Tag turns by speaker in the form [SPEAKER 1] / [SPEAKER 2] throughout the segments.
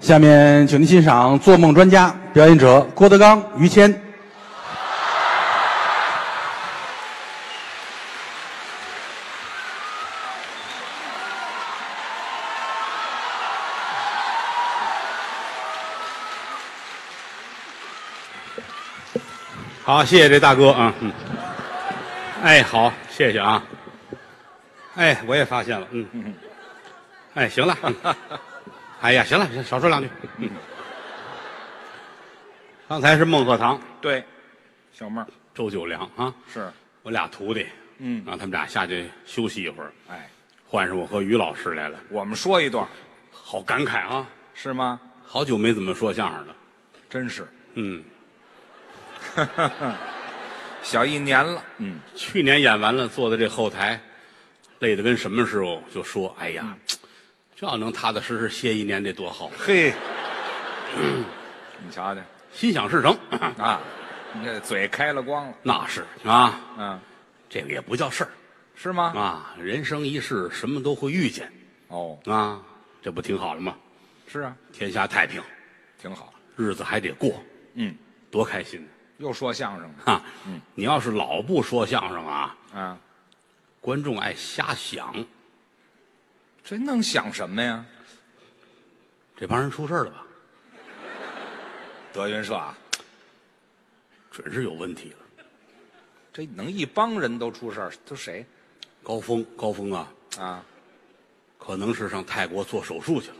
[SPEAKER 1] 下面，请您欣赏《做梦专家》，表演者郭德纲、于谦。
[SPEAKER 2] 好，谢谢这大哥啊。嗯。哎，好，谢谢啊。哎，我也发现了，嗯。哎，行了。嗯哎呀，行了，行少说两句。嗯。刚才是孟鹤堂、
[SPEAKER 3] 对，小妹儿
[SPEAKER 2] 周九良啊，
[SPEAKER 3] 是，
[SPEAKER 2] 我俩徒弟，啊
[SPEAKER 3] 嗯
[SPEAKER 2] 让他们俩下去休息一会儿。
[SPEAKER 3] 哎，
[SPEAKER 2] 换上我和于老师来了，
[SPEAKER 3] 我们说一段
[SPEAKER 2] 好感慨啊！
[SPEAKER 3] 是吗？
[SPEAKER 2] 好久没怎么说相声了。
[SPEAKER 3] 真是
[SPEAKER 2] 嗯，
[SPEAKER 3] 小一年了，嗯，
[SPEAKER 2] 去年演完了，坐在这后台，累得跟什么时候就说：“哎呀，这要能踏踏实实歇一年得多好
[SPEAKER 3] 嘿， 你瞧瞧！”
[SPEAKER 2] 心想事成，
[SPEAKER 3] 啊，你这嘴开了光了，
[SPEAKER 2] 那是啊，
[SPEAKER 3] 嗯，
[SPEAKER 2] 这个也不叫事儿
[SPEAKER 3] 是吗？
[SPEAKER 2] 啊。人生一世，什么都会遇见
[SPEAKER 3] 哦，
[SPEAKER 2] 啊，这不挺好了吗？
[SPEAKER 3] 是啊，
[SPEAKER 2] 天下太平，
[SPEAKER 3] 挺好，
[SPEAKER 2] 日子还得过，
[SPEAKER 3] 嗯，
[SPEAKER 2] 多开心
[SPEAKER 3] 又说相声了，
[SPEAKER 2] 啊！你要是老不说相声啊，
[SPEAKER 3] 啊，
[SPEAKER 2] 观众爱瞎想，
[SPEAKER 3] 这能想什么呀？
[SPEAKER 2] 这帮人出事儿了吧？
[SPEAKER 3] 德云社啊，
[SPEAKER 2] 准是有问题了。
[SPEAKER 3] 这能一帮人都出事儿，都谁
[SPEAKER 2] 高峰，高峰啊，
[SPEAKER 3] 啊？
[SPEAKER 2] 可能是上泰国做手术去了，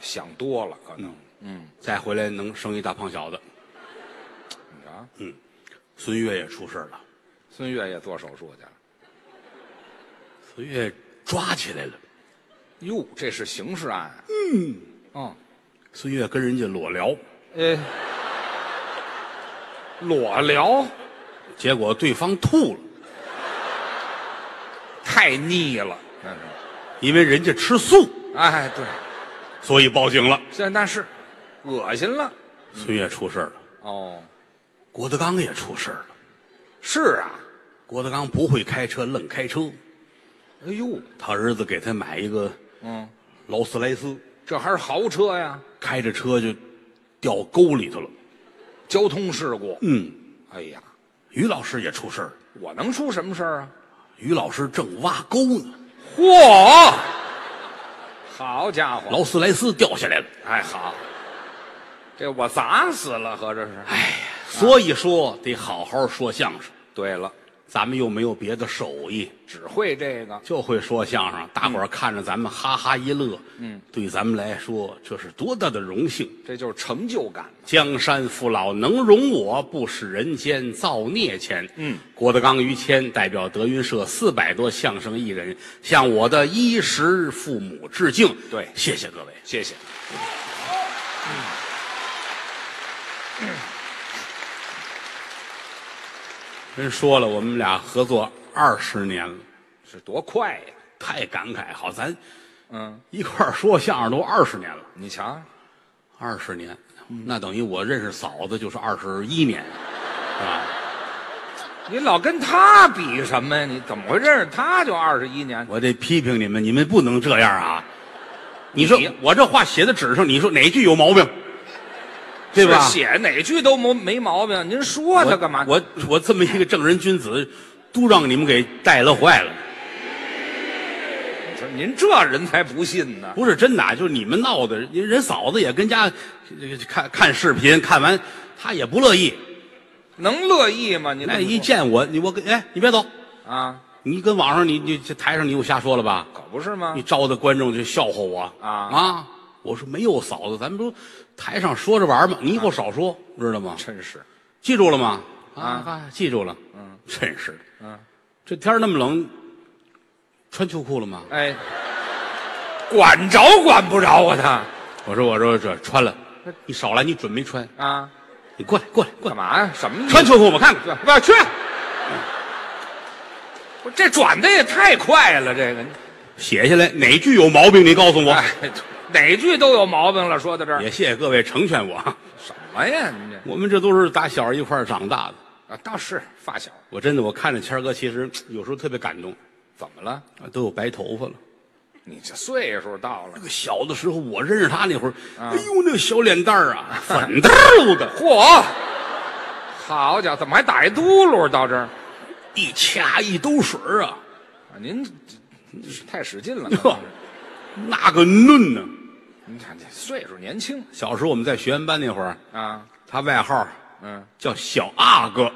[SPEAKER 3] 想多了，可能，嗯，
[SPEAKER 2] 再回来能生一大胖小子。
[SPEAKER 3] 你瞧、
[SPEAKER 2] 孙越也出事儿了，
[SPEAKER 3] 孙越也做手术去了，
[SPEAKER 2] 孙越抓起来了，
[SPEAKER 3] 哟，这是刑事案，嗯，哦。
[SPEAKER 2] 孙越跟人家裸聊，
[SPEAKER 3] 呃，裸聊
[SPEAKER 2] 结果对方吐了，
[SPEAKER 3] 太腻了，那是。
[SPEAKER 2] 因为人家吃素，
[SPEAKER 3] 哎，对，
[SPEAKER 2] 所以报警了。
[SPEAKER 3] 这那是恶心了。
[SPEAKER 2] 孙越出事儿了，
[SPEAKER 3] 哦，
[SPEAKER 2] 郭德纲也出事儿了。
[SPEAKER 3] 是啊，
[SPEAKER 2] 郭德纲不会开车，愣开车，
[SPEAKER 3] 哎呦，
[SPEAKER 2] 他儿子给他买一个
[SPEAKER 3] 嗯，
[SPEAKER 2] 劳斯莱斯，
[SPEAKER 3] 这还是豪车呀，
[SPEAKER 2] 开着车就掉沟里头了。
[SPEAKER 3] 交通事故。
[SPEAKER 2] 嗯，
[SPEAKER 3] 哎呀，
[SPEAKER 2] 于老师也出事儿了，
[SPEAKER 3] 我能出什么事儿啊？
[SPEAKER 2] 于老师正挖沟呢，
[SPEAKER 3] 嚯，好家伙，
[SPEAKER 2] 劳斯莱斯掉下来了。
[SPEAKER 3] 哎好，这我砸死了，合着是。哎
[SPEAKER 2] 哎所以说得好好说相声，
[SPEAKER 3] 对了，
[SPEAKER 2] 咱们又没有别的手艺，
[SPEAKER 3] 只会这个，
[SPEAKER 2] 就会说相声。大
[SPEAKER 3] 嗯
[SPEAKER 2] 伙儿看着咱们哈哈一乐，嗯，对咱们来说这是多大的荣幸！
[SPEAKER 3] 这就是成就感。
[SPEAKER 2] 江山父老能容我，不使人间造孽钱。
[SPEAKER 3] 嗯，
[SPEAKER 2] 郭德纲、于谦代表德云社四百多相声艺人，向我的衣食父母致敬。
[SPEAKER 3] 对
[SPEAKER 2] 谢谢各位。
[SPEAKER 3] 谢谢。
[SPEAKER 2] 人说了，我们俩合作二十年了，
[SPEAKER 3] 是多快呀！
[SPEAKER 2] 太感慨。好，咱
[SPEAKER 3] 嗯，
[SPEAKER 2] 一块儿说相声都二十年了。
[SPEAKER 3] 你瞧，
[SPEAKER 2] 二十年，那等于我认识嫂子就是二十一年，是吧？
[SPEAKER 3] 你老跟他比什么呀？你怎么会认识他就二十一年？
[SPEAKER 2] 我得批评你们，你们不能这样啊！你说
[SPEAKER 3] 你
[SPEAKER 2] 我这话写在纸上，你说哪句有毛病？对吧？
[SPEAKER 3] 是写哪句都没没毛病，您说他干嘛？
[SPEAKER 2] 我我我这么一个正人君子，都让你们给带了坏了。
[SPEAKER 3] 我说您这人才不信呢！
[SPEAKER 2] 不是真的啊，就是你们闹的。人人嫂子也跟家呃看看视频，看完她也不乐意。
[SPEAKER 3] 能乐意吗？你
[SPEAKER 2] 那一见我，你我跟哎，你别走，
[SPEAKER 3] 啊，
[SPEAKER 2] 你跟网上你你这台上你又瞎说了吧？
[SPEAKER 3] 可不是吗
[SPEAKER 2] 你？招的观众就笑话我
[SPEAKER 3] 啊
[SPEAKER 2] 啊！我说没有嫂子，咱们不台上说着玩嘛，你以后少说，知道吗？
[SPEAKER 3] 真是
[SPEAKER 2] 记住了吗？啊，啊记住了。嗯，真是。嗯，这天儿那么冷，穿秋裤了吗？
[SPEAKER 3] 哎，管着管不着啊他
[SPEAKER 2] 我说我说这穿了，你少来，你准没穿，
[SPEAKER 3] 啊，
[SPEAKER 2] 你过来过来过
[SPEAKER 3] 干
[SPEAKER 2] 来，
[SPEAKER 3] 嘛呀？什么
[SPEAKER 2] 穿秋裤我看看。
[SPEAKER 3] 不去？不是这转的也太快了，这个
[SPEAKER 2] 写下来哪句有毛病，你告诉我。
[SPEAKER 3] 哎，哪句都有毛病了。说到这儿，
[SPEAKER 2] 也谢谢各位成全我，
[SPEAKER 3] 什么呀？你这
[SPEAKER 2] 我们这都是打小一块儿长大的。
[SPEAKER 3] 啊，倒是发小，
[SPEAKER 2] 我真的我看着谦儿哥，其实有时候特别感动，
[SPEAKER 3] 怎么了？
[SPEAKER 2] 啊都有白头发了，
[SPEAKER 3] 你这岁数到了
[SPEAKER 2] 那，个小的时候，我认识他那会儿，
[SPEAKER 3] 啊
[SPEAKER 2] 哎呦，那小脸蛋儿啊， 粉嘟噜的，
[SPEAKER 3] 嚯，好家伙，怎么还打一嘟噜到这儿？
[SPEAKER 2] 一掐一兜水儿啊，
[SPEAKER 3] 啊您这这太 使劲了，
[SPEAKER 2] 呵，那个嫩呢、
[SPEAKER 3] 您看这岁数年轻
[SPEAKER 2] 小时候我们在学员班那会儿，
[SPEAKER 3] 啊，
[SPEAKER 2] 他外号
[SPEAKER 3] 嗯，
[SPEAKER 2] 叫小阿哥。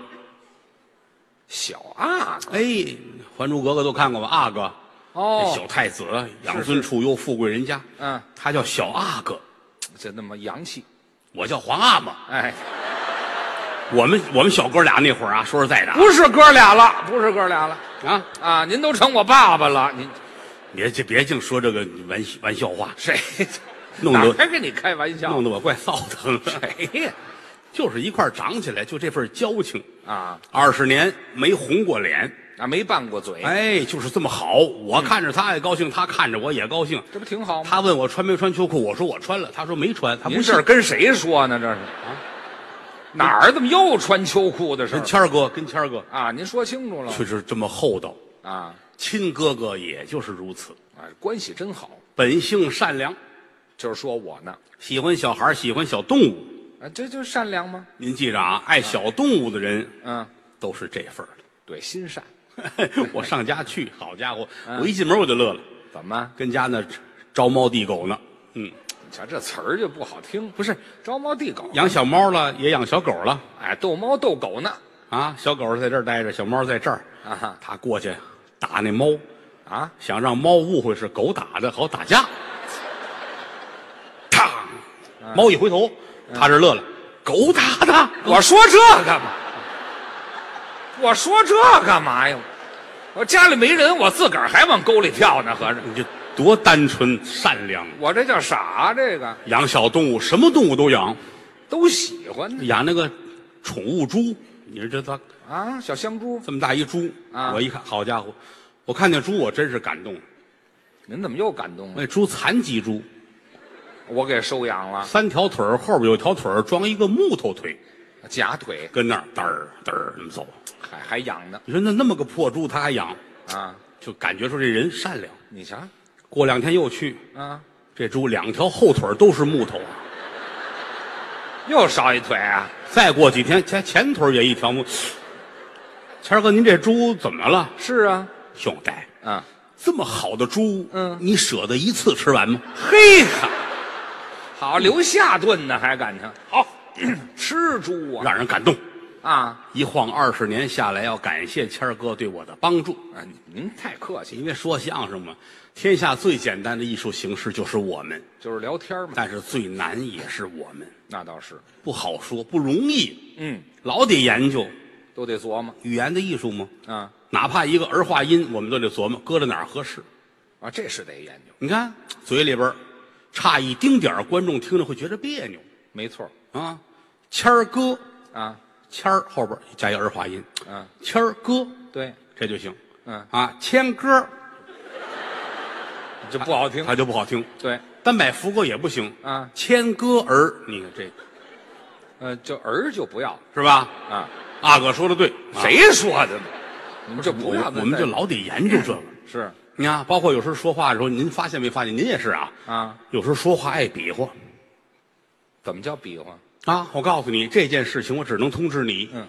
[SPEAKER 3] 小阿哥
[SPEAKER 2] 哎，《还珠格格》都看过吧？阿哥，
[SPEAKER 3] 哦，
[SPEAKER 2] 哎小太子，养尊处优，富贵人家。
[SPEAKER 3] 嗯，
[SPEAKER 2] 他叫小阿哥，
[SPEAKER 3] 这那么洋气，
[SPEAKER 2] 我叫皇阿玛。
[SPEAKER 3] 哎，
[SPEAKER 2] 我们我们小哥俩那会儿啊，说实在的啊
[SPEAKER 3] 不是哥俩了，不是哥俩了
[SPEAKER 2] 啊，
[SPEAKER 3] 啊！您都成我爸爸了，您
[SPEAKER 2] 别这别净说这个玩玩笑话，
[SPEAKER 3] 谁
[SPEAKER 2] 弄
[SPEAKER 3] 哪
[SPEAKER 2] 得
[SPEAKER 3] 还跟你开玩笑
[SPEAKER 2] 弄？得我怪臊腾 了。
[SPEAKER 3] 谁呀？
[SPEAKER 2] 哎就是一块儿长起来，就这份交情，
[SPEAKER 3] 啊
[SPEAKER 2] 二十年没红过脸，
[SPEAKER 3] 啊，没拌过嘴，
[SPEAKER 2] 哎，就是这么好。我看着他也高兴，他看着我也高兴。
[SPEAKER 3] 这不挺好吗？
[SPEAKER 2] 他问我穿没穿秋裤，我说我穿了，他说没穿，他不
[SPEAKER 3] 您
[SPEAKER 2] 信
[SPEAKER 3] 这。是跟谁说呢？这是啊，哪儿怎么又穿秋裤的事
[SPEAKER 2] 跟
[SPEAKER 3] 儿
[SPEAKER 2] 谦儿哥，跟谦儿哥
[SPEAKER 3] 啊？您说清楚了
[SPEAKER 2] 确实这么厚道，
[SPEAKER 3] 啊
[SPEAKER 2] 亲哥哥也就是如此，
[SPEAKER 3] 啊，关系真好。
[SPEAKER 2] 本性善良，
[SPEAKER 3] 就是说我呢，
[SPEAKER 2] 喜欢小孩儿，喜欢小动物。
[SPEAKER 3] 啊，这就是善良吗？
[SPEAKER 2] 您记着啊，爱小动物的人
[SPEAKER 3] 嗯，
[SPEAKER 2] 都是这份儿
[SPEAKER 3] 对，心善。
[SPEAKER 2] 的。 我上家去，好家伙，我一进门我就乐了，
[SPEAKER 3] 怎么？
[SPEAKER 2] 跟家呢招猫递狗呢，嗯，
[SPEAKER 3] 你瞧这词儿就不好听，不是招猫递狗，
[SPEAKER 2] 养小猫了，也养小狗了
[SPEAKER 3] 哎，逗猫逗狗呢
[SPEAKER 2] 啊。小狗在这儿待着，小猫在这儿，
[SPEAKER 3] 啊哈
[SPEAKER 2] 他过去打那猫，
[SPEAKER 3] 啊！
[SPEAKER 2] 想让猫误会是狗打的，好打架。 嘡，猫一回头，他这乐了，狗打的。
[SPEAKER 3] 我说这干嘛？我说这干嘛呀？我家里没人，我自个儿还往沟里跳呢，合着
[SPEAKER 2] 你这多单纯善良，
[SPEAKER 3] 我这叫啥？这个
[SPEAKER 2] 养小动物，什么动物都养，
[SPEAKER 3] 都喜欢呢
[SPEAKER 2] 养那个宠物猪。你说这他
[SPEAKER 3] 啊，小香猪，
[SPEAKER 2] 这么大一猪，
[SPEAKER 3] 啊
[SPEAKER 2] 我一看，好家伙，我看见猪我真是感动了。
[SPEAKER 3] 您怎么又感动了？
[SPEAKER 2] 那猪残疾猪，
[SPEAKER 3] 我给收养了
[SPEAKER 2] 三条腿儿后边有条腿儿装一个木头腿，
[SPEAKER 3] 假腿，
[SPEAKER 2] 跟那儿嘚儿嘚儿那么走。
[SPEAKER 3] 还还养呢
[SPEAKER 2] 你说那那么个破猪他还养，
[SPEAKER 3] 啊！
[SPEAKER 2] 就感觉说这人善良。
[SPEAKER 3] 你瞧
[SPEAKER 2] 过两天又去，
[SPEAKER 3] 啊，
[SPEAKER 2] 这猪两条后腿都是木头啊。
[SPEAKER 3] 又少一腿啊！
[SPEAKER 2] 再过几天，前前腿也一条木。谦儿哥，您这猪怎么了，
[SPEAKER 3] 是啊，
[SPEAKER 2] 兄弟？
[SPEAKER 3] 啊，
[SPEAKER 2] 这么好的猪，
[SPEAKER 3] 嗯
[SPEAKER 2] 你舍得一次吃完吗？
[SPEAKER 3] 嘿哈，好留下顿呢，还赶上
[SPEAKER 2] 好，
[SPEAKER 3] 吃猪啊
[SPEAKER 2] 让人感动。
[SPEAKER 3] 啊！
[SPEAKER 2] 一晃二十年下来，要感谢谦儿哥对我的帮助，
[SPEAKER 3] 啊，您太客气，
[SPEAKER 2] 因为说相声嘛，天下最简单的艺术形式就是我们，
[SPEAKER 3] 就是聊天嘛。
[SPEAKER 2] 但是最难也是我们，
[SPEAKER 3] 那倒是，
[SPEAKER 2] 不好说，不容易，
[SPEAKER 3] 嗯，
[SPEAKER 2] 老得研究
[SPEAKER 3] 都得琢磨
[SPEAKER 2] 语言的艺术嘛。
[SPEAKER 3] 啊
[SPEAKER 2] 哪怕一个儿化音，我们都得琢磨搁到哪儿合适。
[SPEAKER 3] 啊，这是得研究，
[SPEAKER 2] 你看嘴里边儿差一丁点儿，观众听着会觉得别扭
[SPEAKER 3] 没错儿
[SPEAKER 2] 啊。谦儿哥，
[SPEAKER 3] 啊，
[SPEAKER 2] 谦儿后边儿加一儿化音，
[SPEAKER 3] 嗯、
[SPEAKER 2] 谦儿哥，
[SPEAKER 3] 对，
[SPEAKER 2] 这就行
[SPEAKER 3] 嗯，
[SPEAKER 2] 啊。谦哥
[SPEAKER 3] 这不好听，
[SPEAKER 2] 他就不好听，
[SPEAKER 3] 对，
[SPEAKER 2] 单摆副歌也不行
[SPEAKER 3] 啊
[SPEAKER 2] 谦哥儿，你看这
[SPEAKER 3] 呃，就儿就不要
[SPEAKER 2] 是吧？
[SPEAKER 3] 啊，
[SPEAKER 2] 阿哥说的对，啊
[SPEAKER 3] 谁说的呢？你们就
[SPEAKER 2] 我
[SPEAKER 3] 不要再，
[SPEAKER 2] 我们就老得研究这个。
[SPEAKER 3] 是
[SPEAKER 2] 你看，包括有时候说话的时候，您发现没发现？您也是啊，
[SPEAKER 3] 啊，
[SPEAKER 2] 有时候说话爱比划
[SPEAKER 3] 怎么叫比划？
[SPEAKER 2] 啊。我告诉你这件事情，我只能通知你。
[SPEAKER 3] 嗯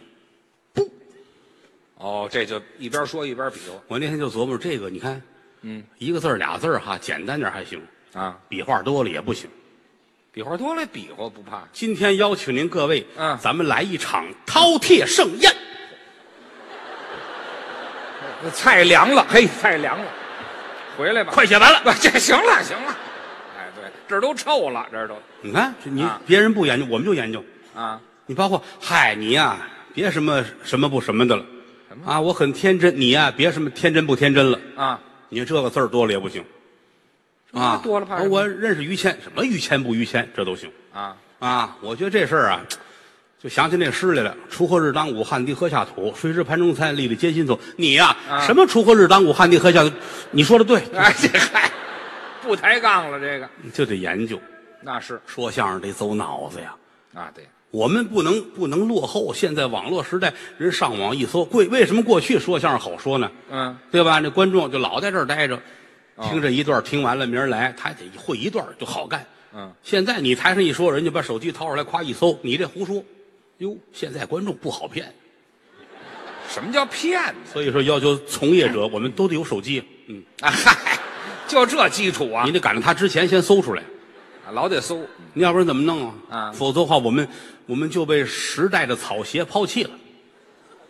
[SPEAKER 3] 哦，这就一边说一边比划
[SPEAKER 2] 我那天就琢磨这个，你看，嗯，一个字儿俩字儿哈，简单点儿还行，
[SPEAKER 3] 啊，
[SPEAKER 2] 笔画多了也不行。
[SPEAKER 3] 比划多了比划不怕，
[SPEAKER 2] 今天邀请您各位，
[SPEAKER 3] 嗯
[SPEAKER 2] 咱们来一场饕餮盛宴。
[SPEAKER 3] 菜凉了，嘿，菜凉了，回来吧，
[SPEAKER 2] 快写完了，
[SPEAKER 3] 不， 这行了行了，哎，对，这儿都臭了，这儿都
[SPEAKER 2] 你看，这你
[SPEAKER 3] 啊
[SPEAKER 2] 别人不研究，我们就研究。
[SPEAKER 3] 啊，
[SPEAKER 2] 你包括，嗨，你呀、别什么什么不什么的了，啊，我很天真，你呀、别什么天真不天真了。
[SPEAKER 3] 啊，
[SPEAKER 2] 你看这个字儿多了也不行，
[SPEAKER 3] 那
[SPEAKER 2] 啊，
[SPEAKER 3] 多了怕什么
[SPEAKER 2] 我认识于谦，什么于谦不于谦，这都行
[SPEAKER 3] 啊，
[SPEAKER 2] 啊。我觉得这事儿啊，就想起那诗来了：“锄禾日当午，汗滴禾下土。谁知盘中餐，粒粒皆辛苦。”你呀、什么锄禾日当午，汗滴禾下土？你说的对，
[SPEAKER 3] 啊哎，这嗨，不抬杠了，这个
[SPEAKER 2] 就得研究。
[SPEAKER 3] 那是
[SPEAKER 2] 说相声得走脑子呀，
[SPEAKER 3] 啊，对，
[SPEAKER 2] 我们不能不能落后。现在网络时代，人上网一搜，贵为什么过去说相声好说呢？
[SPEAKER 3] 嗯，
[SPEAKER 2] 对吧？那观众就老在这儿待着，
[SPEAKER 3] 哦
[SPEAKER 2] 听这一段，听完了明儿来，他得会一段就好干。
[SPEAKER 3] 嗯，
[SPEAKER 2] 现在你台上一说，人家把手机掏出来，夸一搜，你这胡说，哟，现在观众不好骗，
[SPEAKER 3] 什么叫骗呢？
[SPEAKER 2] 所以说要求从业 者，我们都得有手机，嗯，
[SPEAKER 3] 啊嗨，就这基础啊
[SPEAKER 2] 你，得赶上他之前先搜出来，
[SPEAKER 3] 老得搜。
[SPEAKER 2] 你要不然怎么弄啊？
[SPEAKER 3] 啊
[SPEAKER 2] 否则的话，我们我们就被时代的草鞋抛弃了，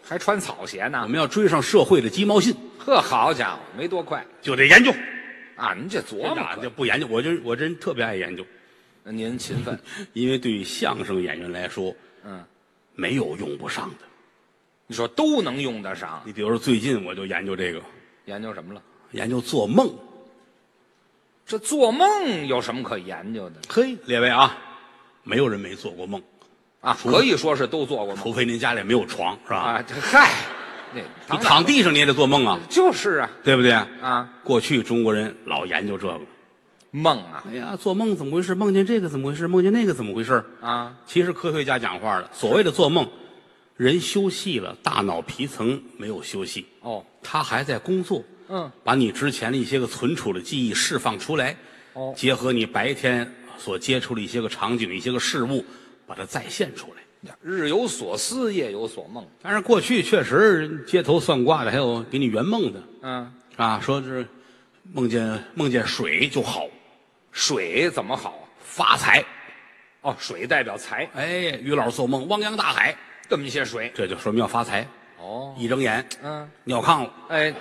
[SPEAKER 3] 还穿草鞋
[SPEAKER 2] 我
[SPEAKER 3] 呢？
[SPEAKER 2] 们要追上社会的鸡毛信，
[SPEAKER 3] 呵，好家伙，没多快
[SPEAKER 2] 就得研究。
[SPEAKER 3] 啊！您这琢磨
[SPEAKER 2] 那
[SPEAKER 3] 可
[SPEAKER 2] 就不研究，我就我这人特别爱研究，
[SPEAKER 3] 那您勤 奋，
[SPEAKER 2] 因为对于相声演员来说，
[SPEAKER 3] 嗯，
[SPEAKER 2] 没有用不上的。
[SPEAKER 3] 你说都能用得上。
[SPEAKER 2] 你比如说最近我就研究这个，
[SPEAKER 3] 研究什么了？
[SPEAKER 2] 研究做梦。
[SPEAKER 3] 这做梦有什么可研究的
[SPEAKER 2] 嘿，列位啊，没有人没做过梦，
[SPEAKER 3] 啊？可以说是都做过梦
[SPEAKER 2] 除非您家里没有床，是吧？
[SPEAKER 3] 啊。这嗨，那
[SPEAKER 2] 你
[SPEAKER 3] 躺
[SPEAKER 2] 哎躺地上你也得做梦啊，
[SPEAKER 3] 就是啊
[SPEAKER 2] 对不对？
[SPEAKER 3] 啊，
[SPEAKER 2] 过去中国人老研究这个，
[SPEAKER 3] 梦啊
[SPEAKER 2] 哎呀，做梦怎么回事？梦见这个怎么回事？梦见那个怎么回事？
[SPEAKER 3] 啊，
[SPEAKER 2] 其实科学家讲话了，所谓的做梦，人休息了，大脑皮层没有休息，
[SPEAKER 3] 哦
[SPEAKER 2] 他还在工作，
[SPEAKER 3] 嗯，
[SPEAKER 2] 把你之前的一些个存储的记忆释放出来，
[SPEAKER 3] 哦
[SPEAKER 2] 结合你白天所接触的一些个场景、一些个事物，把它再现出来。
[SPEAKER 3] 日有所思，夜有所梦。
[SPEAKER 2] 但是过去确实街头算卦的，还有给你圆梦的
[SPEAKER 3] 嗯，
[SPEAKER 2] 啊，说是梦见梦见水就好，
[SPEAKER 3] 水怎么好啊？
[SPEAKER 2] 发财。
[SPEAKER 3] 哦，水代表财，
[SPEAKER 2] 哎，于老师做梦汪洋大海，
[SPEAKER 3] 这么些水。
[SPEAKER 2] 这就说明要发财。
[SPEAKER 3] 哦，
[SPEAKER 2] 一睁眼，
[SPEAKER 3] 嗯，
[SPEAKER 2] 尿炕了，
[SPEAKER 3] 哎，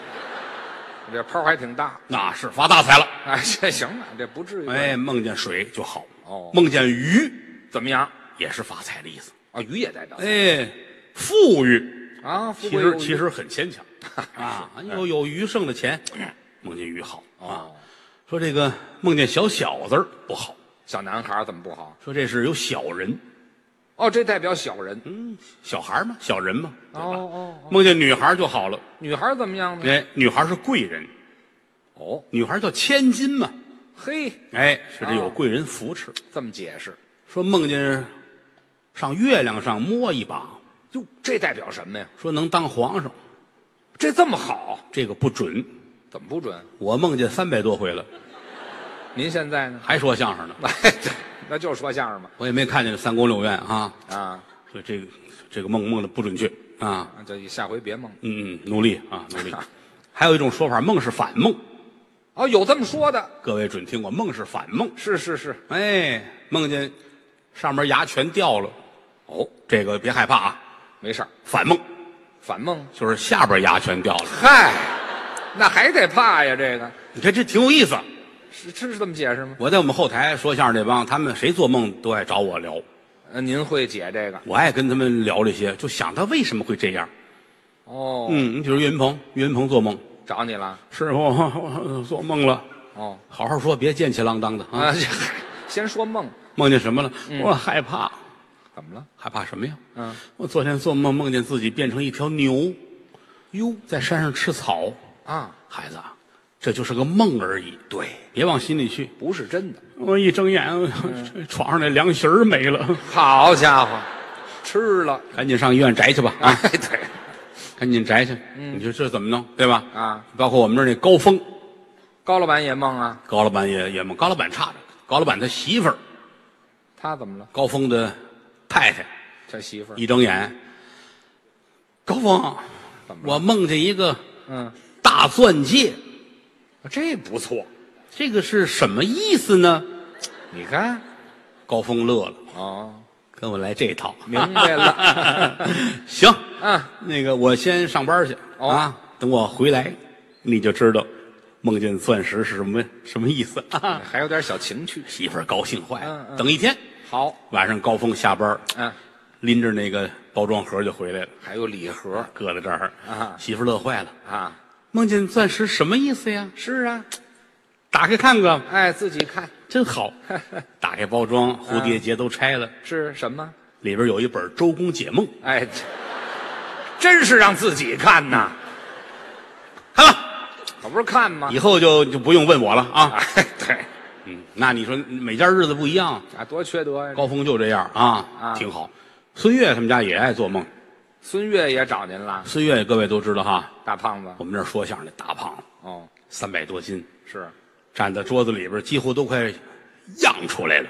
[SPEAKER 3] 这泡还挺大。
[SPEAKER 2] 那是发大财了。
[SPEAKER 3] 哎，这行了，这不至于。
[SPEAKER 2] 哎，，梦见水就好。
[SPEAKER 3] 哦
[SPEAKER 2] 梦见鱼
[SPEAKER 3] 怎么样？
[SPEAKER 2] 也是发财的意思。
[SPEAKER 3] 啊，鱼也代表财
[SPEAKER 2] 哎，富裕。
[SPEAKER 3] 啊。富
[SPEAKER 2] 其
[SPEAKER 3] 贵有
[SPEAKER 2] 实
[SPEAKER 3] 余
[SPEAKER 2] 其实很牵强 啊，有有余剩的钱， 梦见鱼好啊。
[SPEAKER 3] 哦，
[SPEAKER 2] 说这个梦见小小子儿不好，
[SPEAKER 3] 小男孩怎么不好？
[SPEAKER 2] 说这是有小人，
[SPEAKER 3] 哦，这代表小人。
[SPEAKER 2] 嗯，小孩儿嘛，小人嘛，对吧
[SPEAKER 3] 哦哦
[SPEAKER 2] 梦见女孩儿就好了，
[SPEAKER 3] 女孩怎么样呢？
[SPEAKER 2] 哎，女孩儿是贵人，
[SPEAKER 3] 哦，
[SPEAKER 2] 女孩儿叫千金嘛，
[SPEAKER 3] 嘿，
[SPEAKER 2] 哎，是这有
[SPEAKER 3] 哦
[SPEAKER 2] 贵人扶持。
[SPEAKER 3] 这么解释，
[SPEAKER 2] 说梦见上月亮上摸一把，
[SPEAKER 3] 哟，这代表什么呀？
[SPEAKER 2] 说能当皇上，
[SPEAKER 3] 这这么好，
[SPEAKER 2] 这个不准。
[SPEAKER 3] 怎么不准？
[SPEAKER 2] 我梦见三百多回了，
[SPEAKER 3] 您现在呢？
[SPEAKER 2] 还说相声呢，
[SPEAKER 3] 哎，对，那就说相声吧。
[SPEAKER 2] 我也没看见三宫六院啊。
[SPEAKER 3] 啊，
[SPEAKER 2] 所以这个这个梦梦的不准确啊，
[SPEAKER 3] 那就下回别梦。
[SPEAKER 2] 嗯，努力啊，努力。还有一种说法，梦是反梦，
[SPEAKER 3] 哦，有这么说的，
[SPEAKER 2] 各位准听过，梦是反梦。
[SPEAKER 3] 是是是。
[SPEAKER 2] 哎，梦见上面牙全掉了，
[SPEAKER 3] 哦，
[SPEAKER 2] 这个别害怕啊，
[SPEAKER 3] 没事儿，
[SPEAKER 2] 反梦
[SPEAKER 3] 反梦。
[SPEAKER 2] 就是下边牙全掉了。
[SPEAKER 3] 嗨，那还得怕呀？这个
[SPEAKER 2] 你看这挺有意思。
[SPEAKER 3] 是是这么解释吗？
[SPEAKER 2] 我在我们后台说相声这帮，他们谁做梦都爱找我聊，
[SPEAKER 3] 呃，您会解这个？
[SPEAKER 2] 我爱跟他们聊这些，就想他为什么会这样。
[SPEAKER 3] 哦，
[SPEAKER 2] 嗯，你比如岳云鹏，岳云鹏做梦，
[SPEAKER 3] 找你了。
[SPEAKER 2] 师傅我我做梦了，
[SPEAKER 3] 哦，
[SPEAKER 2] 好好说，别贱气浪当的
[SPEAKER 3] 啊，
[SPEAKER 2] 啊。
[SPEAKER 3] 这嗨先说梦，
[SPEAKER 2] 梦见什么了？
[SPEAKER 3] 嗯
[SPEAKER 2] 我害怕。
[SPEAKER 3] 怎么了？
[SPEAKER 2] 害怕什么呀？
[SPEAKER 3] 嗯，
[SPEAKER 2] 我昨天做梦梦见自己变成一条牛，
[SPEAKER 3] 哟
[SPEAKER 2] 在山上吃草。
[SPEAKER 3] 啊，
[SPEAKER 2] 孩子啊，这就是个梦而已，对，别往心里去。
[SPEAKER 3] 不是真的。
[SPEAKER 2] 我一睁眼，
[SPEAKER 3] 嗯
[SPEAKER 2] 床上那凉席儿没了，
[SPEAKER 3] 好家伙，吃了。
[SPEAKER 2] 赶紧上医院摘去吧 啊！
[SPEAKER 3] 哎，对，
[SPEAKER 2] 赶紧摘去。你说这怎么弄，对吧？
[SPEAKER 3] 嗯啊，
[SPEAKER 2] 包括我们这儿那高峰，
[SPEAKER 3] 高老板也梦啊，
[SPEAKER 2] 高老板也也梦，高老板差着，高老板他媳妇儿，
[SPEAKER 3] 他怎么了？
[SPEAKER 2] 高峰的太太，
[SPEAKER 3] 他媳妇儿
[SPEAKER 2] 一睁眼，高峰，
[SPEAKER 3] 怎么了？
[SPEAKER 2] 我梦见一个
[SPEAKER 3] 嗯，
[SPEAKER 2] 大钻戒。
[SPEAKER 3] 这不错，
[SPEAKER 2] 这个是什么意思呢？
[SPEAKER 3] 你看
[SPEAKER 2] 高峰乐了，
[SPEAKER 3] 哦，
[SPEAKER 2] 跟我来这套，
[SPEAKER 3] 明白了。
[SPEAKER 2] 行，
[SPEAKER 3] 嗯，
[SPEAKER 2] 那个我先上班去、
[SPEAKER 3] 哦
[SPEAKER 2] 啊，等我回来，你就知道梦见钻石是什么什么意思、
[SPEAKER 3] 嗯还有点小情趣。
[SPEAKER 2] 媳妇儿高兴坏了，
[SPEAKER 3] 嗯嗯
[SPEAKER 2] 等一天，
[SPEAKER 3] 好，
[SPEAKER 2] 晚上高峰下班，
[SPEAKER 3] 嗯，
[SPEAKER 2] 拎着那个包装盒就回来了，
[SPEAKER 3] 还有礼盒
[SPEAKER 2] 搁在这儿，
[SPEAKER 3] 啊
[SPEAKER 2] 媳妇儿乐坏了，
[SPEAKER 3] 啊，
[SPEAKER 2] 梦见钻石什么意思呀？
[SPEAKER 3] 是啊，
[SPEAKER 2] 打开看看，
[SPEAKER 3] 哎，自己看
[SPEAKER 2] 真 好，打开包装，蝴
[SPEAKER 3] 嗯
[SPEAKER 2] 蝶结都拆了，
[SPEAKER 3] 是什么？
[SPEAKER 2] 里边有一本《周公解梦》，
[SPEAKER 3] 哎，这真是让自己看呐，
[SPEAKER 2] 看吧。
[SPEAKER 3] 可不是看吗
[SPEAKER 2] 以？后就就不用问我了啊。
[SPEAKER 3] 哎，对
[SPEAKER 2] 嗯，那你说每家日子不一样，
[SPEAKER 3] 啊，多缺德呀！
[SPEAKER 2] 高峰就这样啊，
[SPEAKER 3] 啊
[SPEAKER 2] 挺好。孙越他们家也爱做梦，
[SPEAKER 3] 孙越也找您了，
[SPEAKER 2] 孙越各位都知道哈，
[SPEAKER 3] 大胖子
[SPEAKER 2] 我们这儿说相声的大胖子，
[SPEAKER 3] 哦，
[SPEAKER 2] 三百多斤，
[SPEAKER 3] 是，
[SPEAKER 2] 站在桌子里边，几乎都快漾出来了。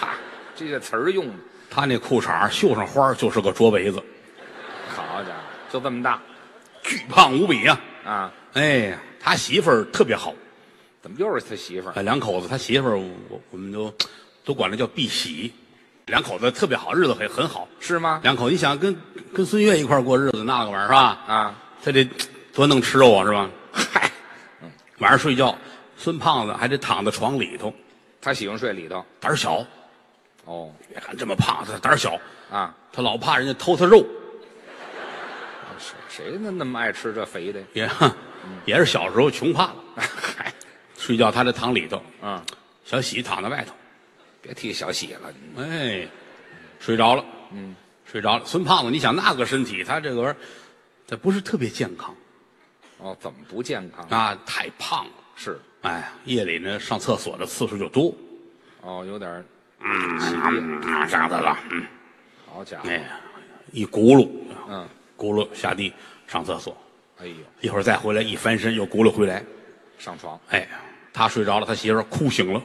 [SPEAKER 3] 哈，这个词儿用的，
[SPEAKER 2] 他那裤衩绣上花儿就是个桌围子，
[SPEAKER 3] 好家伙，就这么大
[SPEAKER 2] 巨胖无比呀、
[SPEAKER 3] 啊？
[SPEAKER 2] 哎，他媳妇儿特别好，
[SPEAKER 3] 怎么又是他媳妇儿？
[SPEAKER 2] 哎两口子，他媳妇儿我我们都都管她叫碧玺，两口子特别好，日子很很好。
[SPEAKER 3] 是吗？
[SPEAKER 2] 两口，你想跟跟孙越一块儿过日子，那个玩意儿是吧？
[SPEAKER 3] 啊，
[SPEAKER 2] 他得多能吃肉啊，是吧？
[SPEAKER 3] 嗨，
[SPEAKER 2] 晚上睡觉，孙胖子还得躺在床里头，
[SPEAKER 3] 他喜欢睡里头。
[SPEAKER 2] 胆儿小。
[SPEAKER 3] 哦，
[SPEAKER 2] 别看这么胖，他胆儿小，
[SPEAKER 3] 啊，
[SPEAKER 2] 他老怕人家偷他肉，
[SPEAKER 3] 谁谁那那么爱吃这肥的呀？
[SPEAKER 2] 也也是小时候穷怕了。
[SPEAKER 3] 嗨，
[SPEAKER 2] 睡觉他得躺里头，
[SPEAKER 3] 啊，
[SPEAKER 2] 小喜躺在外头，
[SPEAKER 3] 别提小喜了，你
[SPEAKER 2] 哎，睡着了，嗯，睡着了。孙胖子，你想那个身体，他这个玩意儿，他不是特别健康
[SPEAKER 3] 哦，怎么不健康？
[SPEAKER 2] 啊，太胖了。
[SPEAKER 3] 是，
[SPEAKER 2] 哎呀，夜里呢上厕所的次数就多，
[SPEAKER 3] 哦，有点儿起夜。
[SPEAKER 2] 嗯，上厕所，嗯，
[SPEAKER 3] 好家伙，
[SPEAKER 2] 哎呀，一轱辘，
[SPEAKER 3] 嗯，
[SPEAKER 2] 轱辘下地上厕所，
[SPEAKER 3] 哎呦，
[SPEAKER 2] 一会儿再回来，一翻身又轱辘回来，
[SPEAKER 3] 上床，
[SPEAKER 2] 哎，他睡着了，他媳妇儿哭醒了，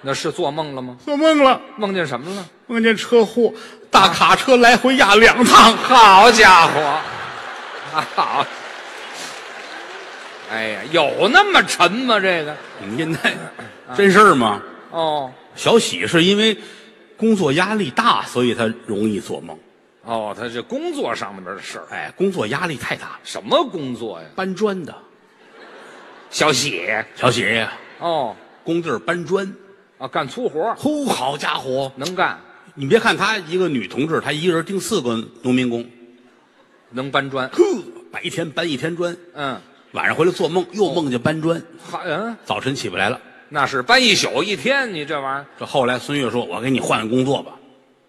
[SPEAKER 3] 那是做梦了吗？
[SPEAKER 2] 做梦了，
[SPEAKER 3] 梦见什么了？
[SPEAKER 2] 梦见车祸，大卡车来回压两趟，
[SPEAKER 3] 好家伙，啊 好，哎呀，有那么沉吗？这个
[SPEAKER 2] 您那真事儿吗？
[SPEAKER 3] 哦
[SPEAKER 2] 小喜是因为工作压力大，所以他容易做梦。
[SPEAKER 3] 哦，他这工作上面的事儿，
[SPEAKER 2] 哎，工作压力太大了，
[SPEAKER 3] 什么工作呀？
[SPEAKER 2] 搬砖的
[SPEAKER 3] 小喜
[SPEAKER 2] 小喜
[SPEAKER 3] 哦
[SPEAKER 2] 工地儿搬砖，
[SPEAKER 3] 啊，干粗活儿
[SPEAKER 2] 呼，好家伙！
[SPEAKER 3] 能干，
[SPEAKER 2] 你别看她一个女同志，她一个人盯四个农民工，
[SPEAKER 3] 能搬砖，
[SPEAKER 2] 呵，白天搬一天砖，
[SPEAKER 3] 嗯，
[SPEAKER 2] 晚上回来做梦又梦见搬砖，
[SPEAKER 3] 好，嗯，
[SPEAKER 2] 早晨起不来了。
[SPEAKER 3] 那是搬一宿一天，你这玩意儿
[SPEAKER 2] 这后来孙越说：“我给你换个工作吧。嗯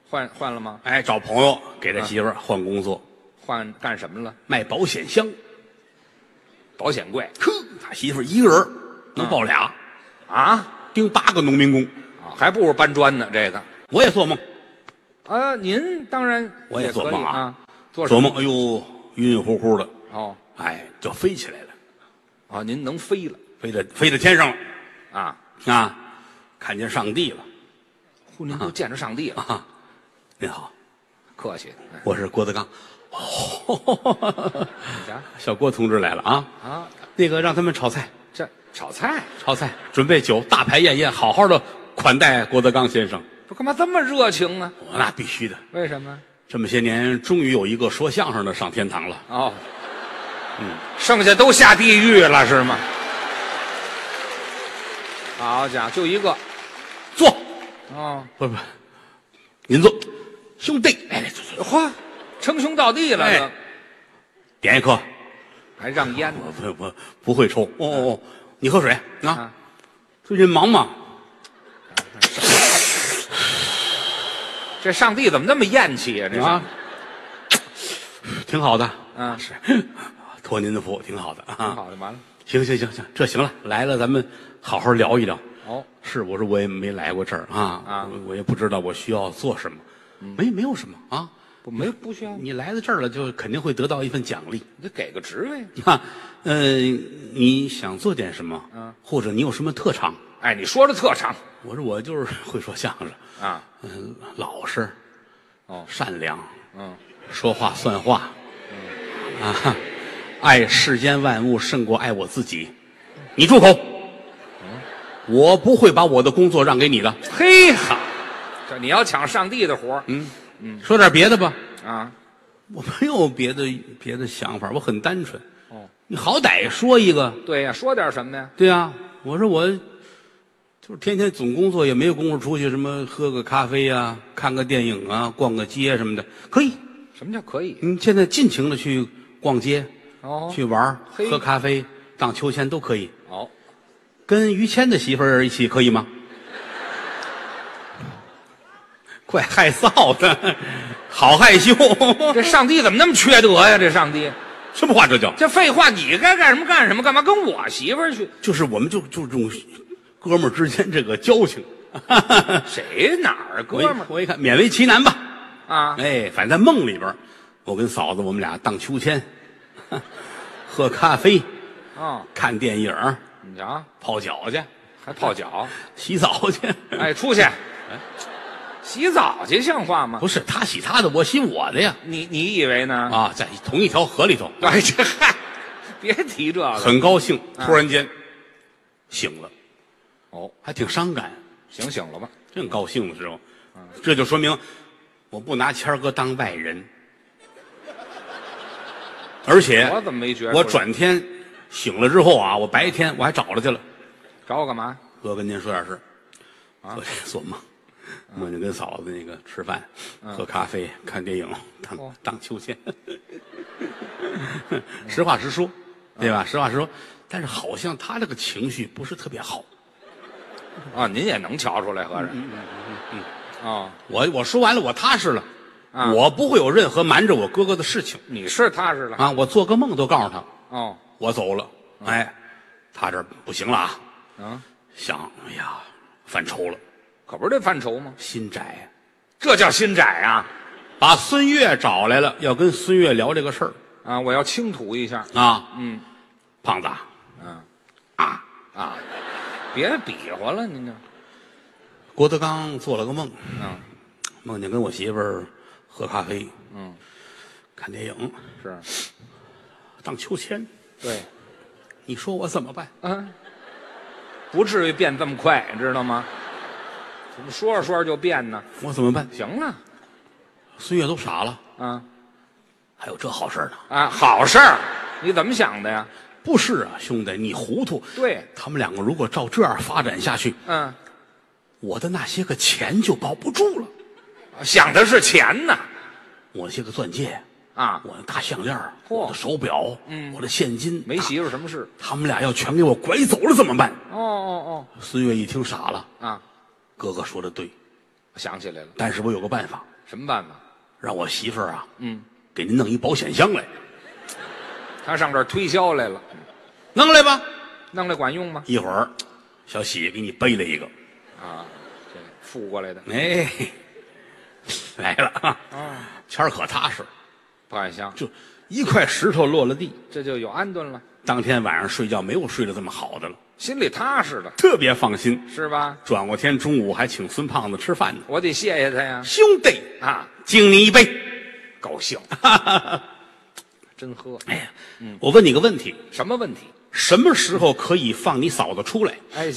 [SPEAKER 3] 换换了吗”？
[SPEAKER 2] 哎，找朋友给他媳妇儿换工作，
[SPEAKER 3] 换干什么了？
[SPEAKER 2] 卖保险箱。
[SPEAKER 3] 保险柜
[SPEAKER 2] 呵，他媳妇儿一个人能抱俩，
[SPEAKER 3] 啊
[SPEAKER 2] 盯八个农民工。
[SPEAKER 3] 啊，还不如搬砖呢，这个。
[SPEAKER 2] 我也做梦，
[SPEAKER 3] 啊，您当然
[SPEAKER 2] 我也
[SPEAKER 3] 也可以
[SPEAKER 2] 做梦啊
[SPEAKER 3] 啊，做什
[SPEAKER 2] 做
[SPEAKER 3] 么
[SPEAKER 2] 梦，哎呦，晕晕乎乎的，
[SPEAKER 3] 哦
[SPEAKER 2] 哎，就飞起来了，
[SPEAKER 3] 啊，您能飞了
[SPEAKER 2] 飞到飞到天上
[SPEAKER 3] 啊？
[SPEAKER 2] 了啊，看见上帝了
[SPEAKER 3] 呼，您都见着上帝了，
[SPEAKER 2] 啊！您好，
[SPEAKER 3] 客气。哎
[SPEAKER 2] 我是郭德纲。哦，
[SPEAKER 3] 你瞧
[SPEAKER 2] 小郭同志来了啊！
[SPEAKER 3] 啊，
[SPEAKER 2] 那个让他们炒菜，
[SPEAKER 3] 这炒菜
[SPEAKER 2] 炒菜，准备酒，大排宴宴，好好的款待郭德纲先生。
[SPEAKER 3] 不干嘛这么热情呢？
[SPEAKER 2] 我那必须的，
[SPEAKER 3] 为什么？
[SPEAKER 2] 这么些年终于有一个说相声的上天堂了。
[SPEAKER 3] 哦，嗯，剩下都下地狱了是吗？好家伙，就一个
[SPEAKER 2] 坐，
[SPEAKER 3] 哦，
[SPEAKER 2] 不是不是，您坐，兄弟，来来坐坐，
[SPEAKER 3] 嚯，称兄道弟了，
[SPEAKER 2] 哎点一颗。
[SPEAKER 3] 还让烟呢？
[SPEAKER 2] 我不不不会抽。哦哦，哦，你喝水啊
[SPEAKER 3] 啊。
[SPEAKER 2] 最近忙吗？
[SPEAKER 3] 这上帝怎么那么厌气呀、这是
[SPEAKER 2] 啊， 挺好的，
[SPEAKER 3] 啊，是，
[SPEAKER 2] 托您的福，挺好的啊。
[SPEAKER 3] 好的，完了。
[SPEAKER 2] 行行行行，这行了，来了咱们好好聊一聊。
[SPEAKER 3] 哦，
[SPEAKER 2] 是，我说我也没来过这儿啊，嗯
[SPEAKER 3] 啊
[SPEAKER 2] 我我也不知道我需要做什么，没没有什么啊。
[SPEAKER 3] 不没不需要，
[SPEAKER 2] 你来到这儿了，就肯定会得到一份奖励。
[SPEAKER 3] 你得给个职位。啊
[SPEAKER 2] 哈，嗯，你想做点什么？
[SPEAKER 3] 嗯，
[SPEAKER 2] 或者你有什么特长？
[SPEAKER 3] 哎，你说的特长
[SPEAKER 2] 我说我就是会说相声。
[SPEAKER 3] 啊，
[SPEAKER 2] 嗯，老实，
[SPEAKER 3] 哦
[SPEAKER 2] 善良，
[SPEAKER 3] 嗯，
[SPEAKER 2] 说话算话，啊，爱世间万物胜过爱我自己。你住口！我不会把我的工作让给你的。
[SPEAKER 3] 嘿哈，这你要抢上帝的活儿
[SPEAKER 2] 说点别的吧，
[SPEAKER 3] 啊，
[SPEAKER 2] 我没有别的别的想法，我很单纯。
[SPEAKER 3] 哦，
[SPEAKER 2] 你好歹说一个，
[SPEAKER 3] 对呀、说点什么呀？
[SPEAKER 2] 对啊，我说我就是天天总工作，也没有功夫出去什么喝个咖啡啊、看个电影啊、逛个街什么的，可以。
[SPEAKER 3] 什么叫可以？
[SPEAKER 2] 你现在尽情的去逛街，
[SPEAKER 3] 哦
[SPEAKER 2] 去玩儿
[SPEAKER 3] 嘿
[SPEAKER 2] 喝咖啡、荡秋千都可以。
[SPEAKER 3] 哦，
[SPEAKER 2] 跟于谦的媳妇儿一起可以吗？ 怪害臊的，好害羞，
[SPEAKER 3] 这上帝怎么那么缺德呀？这上帝，
[SPEAKER 2] 什么话这叫？
[SPEAKER 3] 这废话，你该干什么干什么，干嘛跟我媳妇儿去？
[SPEAKER 2] 就是我们就就这种哥们儿之间这个交 情。
[SPEAKER 3] 谁哪儿啊哥
[SPEAKER 2] 我一
[SPEAKER 3] 们
[SPEAKER 2] 我一看勉为其难吧，
[SPEAKER 3] 儿啊？
[SPEAKER 2] 哎，反正在梦里边儿，我跟嫂子我 们俩荡秋千，喝咖啡，
[SPEAKER 3] 哦，
[SPEAKER 2] 看电影儿，
[SPEAKER 3] 你瞧，
[SPEAKER 2] 泡脚去，
[SPEAKER 3] 还泡脚？
[SPEAKER 2] 洗澡去。
[SPEAKER 3] 哎，出去！洗澡去像话吗？
[SPEAKER 2] 不是他洗他的，我洗我的呀。
[SPEAKER 3] 你你以为呢？
[SPEAKER 2] 啊，在同一条河里头，
[SPEAKER 3] 哎，这嗨，别提这 个。
[SPEAKER 2] 很高兴，
[SPEAKER 3] 嗯
[SPEAKER 2] 突然间醒了，
[SPEAKER 3] 哦，
[SPEAKER 2] 还挺伤感，
[SPEAKER 3] 醒醒了吧？
[SPEAKER 2] 正高兴的时候，
[SPEAKER 3] 嗯
[SPEAKER 2] 这就说明我不拿谦儿哥当外人，而且
[SPEAKER 3] 哎我怎么没觉出来
[SPEAKER 2] 我转天醒了之后啊，我白天我还找他去了，
[SPEAKER 3] 找我干嘛？
[SPEAKER 2] 哥跟您说点事儿，昨天做梦，梦见跟嫂子那个吃饭、喝咖啡、看电影、荡
[SPEAKER 3] 哦
[SPEAKER 2] 荡秋千。实话实说，对吧？实话实说，但是好像他这个情绪不是特别好。
[SPEAKER 3] 啊，您也能瞧出来，合着。嗯嗯嗯。哦，
[SPEAKER 2] 我我说完了，我踏实了，
[SPEAKER 3] 啊
[SPEAKER 2] 我不会有任何瞒着我哥哥的事情
[SPEAKER 3] 你是踏实了。
[SPEAKER 2] 啊！我做个梦都告诉他，
[SPEAKER 3] 哦，
[SPEAKER 2] 我走了。哎，他这儿不行了啊，
[SPEAKER 3] 啊，
[SPEAKER 2] 想，哎呀，犯愁了，
[SPEAKER 3] 可不是这范畴吗？
[SPEAKER 2] 心窄呀、
[SPEAKER 3] 这叫心窄啊！
[SPEAKER 2] 把孙越找来了，要跟孙越聊这个事儿。
[SPEAKER 3] 啊，我要倾吐一下。
[SPEAKER 2] 啊，
[SPEAKER 3] 嗯，
[SPEAKER 2] 胖子啊，
[SPEAKER 3] 啊，别比划了，您这。
[SPEAKER 2] 郭德纲做了个梦，
[SPEAKER 3] 嗯，
[SPEAKER 2] 梦见跟我媳妇儿喝咖啡，
[SPEAKER 3] 嗯，
[SPEAKER 2] 看电影，
[SPEAKER 3] 是，
[SPEAKER 2] 荡秋千，
[SPEAKER 3] 对，
[SPEAKER 2] 你说我怎么办？
[SPEAKER 3] 嗯，不至于变这么快，知道吗？怎么说着说着就变呢？
[SPEAKER 2] 我怎么办？
[SPEAKER 3] 行了，
[SPEAKER 2] 孙越都傻了，
[SPEAKER 3] 啊
[SPEAKER 2] 还有这好事儿呢？
[SPEAKER 3] 啊，好事儿，你怎么想的呀？
[SPEAKER 2] 不是啊，兄弟，你糊涂。
[SPEAKER 3] 对
[SPEAKER 2] 他们两个如果照这样发展下去，
[SPEAKER 3] 嗯，
[SPEAKER 2] 我的那些个钱就保不住了。
[SPEAKER 3] 想的是钱呢，
[SPEAKER 2] 我那些个钻戒，
[SPEAKER 3] 啊，
[SPEAKER 2] 我的大项链儿，
[SPEAKER 3] 嚯嗯
[SPEAKER 2] 我的手表，我的现金，
[SPEAKER 3] 没
[SPEAKER 2] 他
[SPEAKER 3] 媳妇什么事？
[SPEAKER 2] 他们俩要全给我拐走了怎么办？
[SPEAKER 3] 哦哦
[SPEAKER 2] 孙越一听傻了，
[SPEAKER 3] 哦，啊，
[SPEAKER 2] 哥哥说的对，
[SPEAKER 3] 想起来了，
[SPEAKER 2] 但是我有个办法。
[SPEAKER 3] 什么办法？
[SPEAKER 2] 让我媳妇儿啊，嗯，给您弄一保险箱来，
[SPEAKER 3] 他上这儿推销来了，
[SPEAKER 2] 弄来吧。
[SPEAKER 3] 弄来管用吗？
[SPEAKER 2] 一会儿，小喜给你背了一个，
[SPEAKER 3] 啊，这付过来的
[SPEAKER 2] 哎，来了啊，钱儿可踏实，
[SPEAKER 3] 保险箱，
[SPEAKER 2] 就一块石头落了地。
[SPEAKER 3] 这就有安顿了，
[SPEAKER 2] 当天晚上睡觉没有睡得这么好的了，
[SPEAKER 3] 心里踏实了，
[SPEAKER 2] 特别放心。
[SPEAKER 3] 是吧？
[SPEAKER 2] 转过天中午还请孙胖子吃饭呢，
[SPEAKER 3] 我得谢谢他呀，
[SPEAKER 2] 兄弟，
[SPEAKER 3] 啊，
[SPEAKER 2] 敬你一杯。
[SPEAKER 3] 高兴， 真喝，
[SPEAKER 2] 哎呀，我问你个问题，
[SPEAKER 3] 什么问题？
[SPEAKER 2] 什么时候可以放你嫂子出来？
[SPEAKER 3] 哎，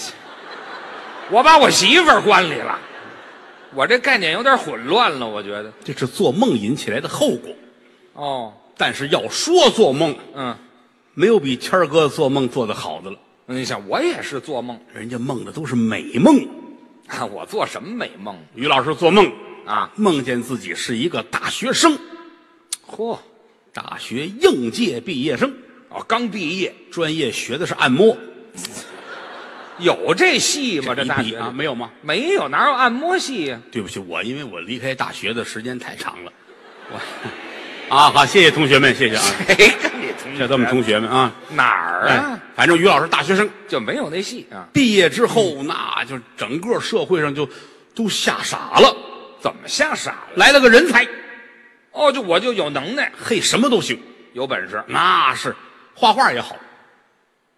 [SPEAKER 3] 我把我媳妇儿关里了，我这概念有点混乱了，我觉得。
[SPEAKER 2] 这是做梦引起来的后果。
[SPEAKER 3] 哦，
[SPEAKER 2] 但是要说做梦，
[SPEAKER 3] 嗯，
[SPEAKER 2] 没有比谦儿哥做梦做得好的了。
[SPEAKER 3] 你想我也是做梦，
[SPEAKER 2] 人家梦的都是美梦。
[SPEAKER 3] 啊我做什么美梦
[SPEAKER 2] 于老师做梦，
[SPEAKER 3] 啊？
[SPEAKER 2] 梦见自己是一个大学生，
[SPEAKER 3] 嚯，
[SPEAKER 2] 大学应届毕业生，
[SPEAKER 3] 哦，刚毕业，
[SPEAKER 2] 专业学的是按摩。
[SPEAKER 3] 有这戏吗？这
[SPEAKER 2] 一
[SPEAKER 3] 大
[SPEAKER 2] 比
[SPEAKER 3] 学
[SPEAKER 2] 啊，
[SPEAKER 3] 里
[SPEAKER 2] 没有吗？
[SPEAKER 3] 没有，哪有按摩戏呀？
[SPEAKER 2] 对不起，我因为我离开大学的时间太长了，我啊，好，谢谢同学们，谢谢 啊，
[SPEAKER 3] 谁跟你同学
[SPEAKER 2] 谢谢咱们同学们啊。
[SPEAKER 3] 哪儿
[SPEAKER 2] 哎
[SPEAKER 3] 啊？，
[SPEAKER 2] 反正于老师大学生
[SPEAKER 3] 就没有那戏啊？
[SPEAKER 2] 毕业之后，那就整个社会上就都吓傻了，
[SPEAKER 3] 怎么吓傻了？
[SPEAKER 2] 来了个人才，
[SPEAKER 3] 哦，就我就有能耐，
[SPEAKER 2] 嘿，什么都行，
[SPEAKER 3] 有本事，
[SPEAKER 2] 那是画画也好，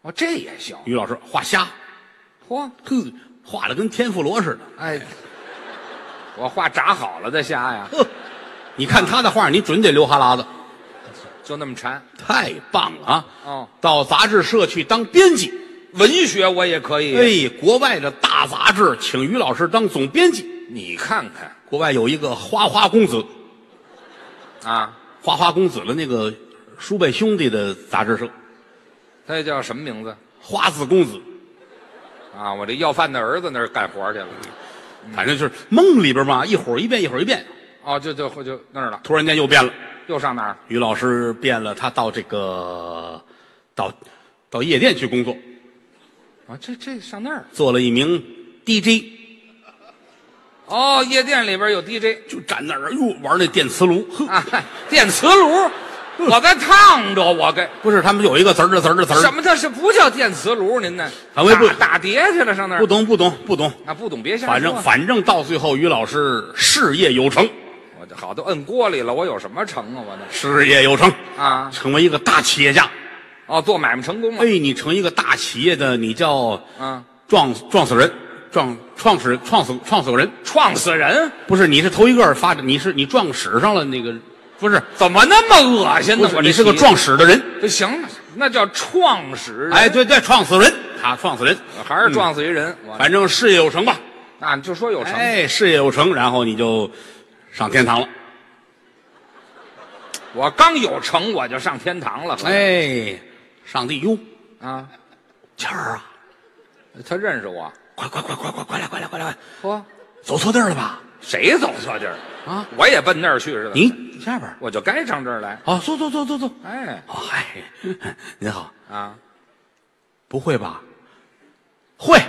[SPEAKER 3] 哦，这也行。
[SPEAKER 2] 于老师画虾，
[SPEAKER 3] 嚯，
[SPEAKER 2] 哼，画的跟天妇罗似的。
[SPEAKER 3] 哎， 我话炸好了再下呀，
[SPEAKER 2] 呵，你看他的画，你准得流哈喇子，
[SPEAKER 3] 就那么馋。
[SPEAKER 2] 太棒了啊！
[SPEAKER 3] 哦，
[SPEAKER 2] 到杂志社去当编辑，
[SPEAKER 3] 文学我也可以。
[SPEAKER 2] 哎，国外的大杂志请于老师当总编辑。
[SPEAKER 3] 你看看
[SPEAKER 2] 国外有一个花花公子，
[SPEAKER 3] 啊，
[SPEAKER 2] 花花公子的那个叔辈兄弟的杂志社，
[SPEAKER 3] 他叫什么名字
[SPEAKER 2] 花子公子，
[SPEAKER 3] 啊？我这要饭的儿子那儿干活去了。
[SPEAKER 2] 反正就是梦里边嘛，一会儿一变，一会儿一变，
[SPEAKER 3] 哦，就就就那儿了，
[SPEAKER 2] 突然间又变了。
[SPEAKER 3] 又上哪儿？
[SPEAKER 2] 于老师变了，他到这个到到夜店去工作，
[SPEAKER 3] 啊，这这上那儿？
[SPEAKER 2] 做了一名 DJ。
[SPEAKER 3] 哦，夜店里边有 DJ
[SPEAKER 2] 就站那儿，哟，玩那电磁炉。 哼，
[SPEAKER 3] 啊，嗨电磁炉，我在烫着我跟。
[SPEAKER 2] 不是，他们有一个滋儿的滋儿的滋儿
[SPEAKER 3] 什
[SPEAKER 2] 的。
[SPEAKER 3] 么？这是不叫电磁炉？您呢？
[SPEAKER 2] 反胃不
[SPEAKER 3] 打打碟去了，上那儿
[SPEAKER 2] 不懂，不懂，不懂。
[SPEAKER 3] 啊？不懂别瞎说。
[SPEAKER 2] 反正反正到最后，于老师事业有成，
[SPEAKER 3] 我这好都摁锅里了，我有什么成啊？我那
[SPEAKER 2] 事业有成
[SPEAKER 3] 啊
[SPEAKER 2] 成为一个大企业家。
[SPEAKER 3] 哦，做买卖成功了
[SPEAKER 2] 哎，你成一个大企业的，你叫
[SPEAKER 3] 啊，
[SPEAKER 2] 撞撞死人，撞撞死撞死撞死个人，
[SPEAKER 3] 撞死人，
[SPEAKER 2] 不是你是头一个发展，你是你撞屎上了那个，不是
[SPEAKER 3] 怎么那么恶心
[SPEAKER 2] 不
[SPEAKER 3] 呢？
[SPEAKER 2] 是
[SPEAKER 3] 我这
[SPEAKER 2] 你是个
[SPEAKER 3] 题
[SPEAKER 2] 撞屎的人，
[SPEAKER 3] 不行了，那叫创始人，
[SPEAKER 2] 哎，对对，撞死人，他撞死人，
[SPEAKER 3] 还是撞死一人，我
[SPEAKER 2] 反正事业有成吧，
[SPEAKER 3] 那你就说有成，
[SPEAKER 2] 哎，事业有成，然后你就上天堂了，
[SPEAKER 3] 我刚有成我就上天堂了，
[SPEAKER 2] 哎，上帝哟，
[SPEAKER 3] 啊，
[SPEAKER 2] 谦儿啊，
[SPEAKER 3] 他认识我，
[SPEAKER 2] 快快快快快快来快来快来，
[SPEAKER 3] 嚯，
[SPEAKER 2] 走错地儿了吧？
[SPEAKER 3] 谁走错地儿
[SPEAKER 2] 啊？
[SPEAKER 3] 我也奔那儿去似的，
[SPEAKER 2] 你你下边儿，
[SPEAKER 3] 我就该上这儿来，
[SPEAKER 2] 哦，坐坐坐坐坐，
[SPEAKER 3] 哎
[SPEAKER 2] 哦嗨， 您好，
[SPEAKER 3] 啊，
[SPEAKER 2] 不会吧？会，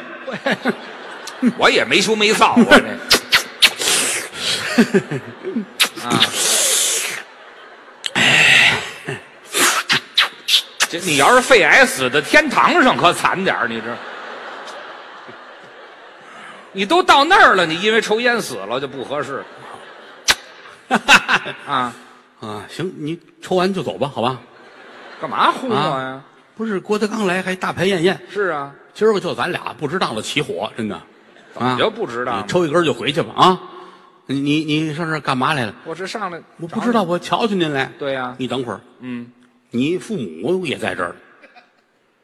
[SPEAKER 3] 我也没羞没臊，我这。啊！哎这你要是肺癌死在天堂上，可惨点儿，你这。你都到那儿了，你因为抽烟死了就不合适啊！
[SPEAKER 2] 啊，行，你抽完就走吧，好吧？
[SPEAKER 3] 干嘛糊弄我呀、
[SPEAKER 2] 不是郭德纲来还大排宴宴，
[SPEAKER 3] 是啊，
[SPEAKER 2] 今儿个就咱俩不值当的起火，真的。啊，
[SPEAKER 3] 就不值当
[SPEAKER 2] 你抽一根就回去吧啊！你你你上这儿干嘛来了？
[SPEAKER 3] 我这上来
[SPEAKER 2] 我不知道，
[SPEAKER 3] 找
[SPEAKER 2] 我瞧瞧您来。
[SPEAKER 3] 对呀
[SPEAKER 2] 你等会儿，
[SPEAKER 3] 你。嗯，
[SPEAKER 2] 你父母也在这儿。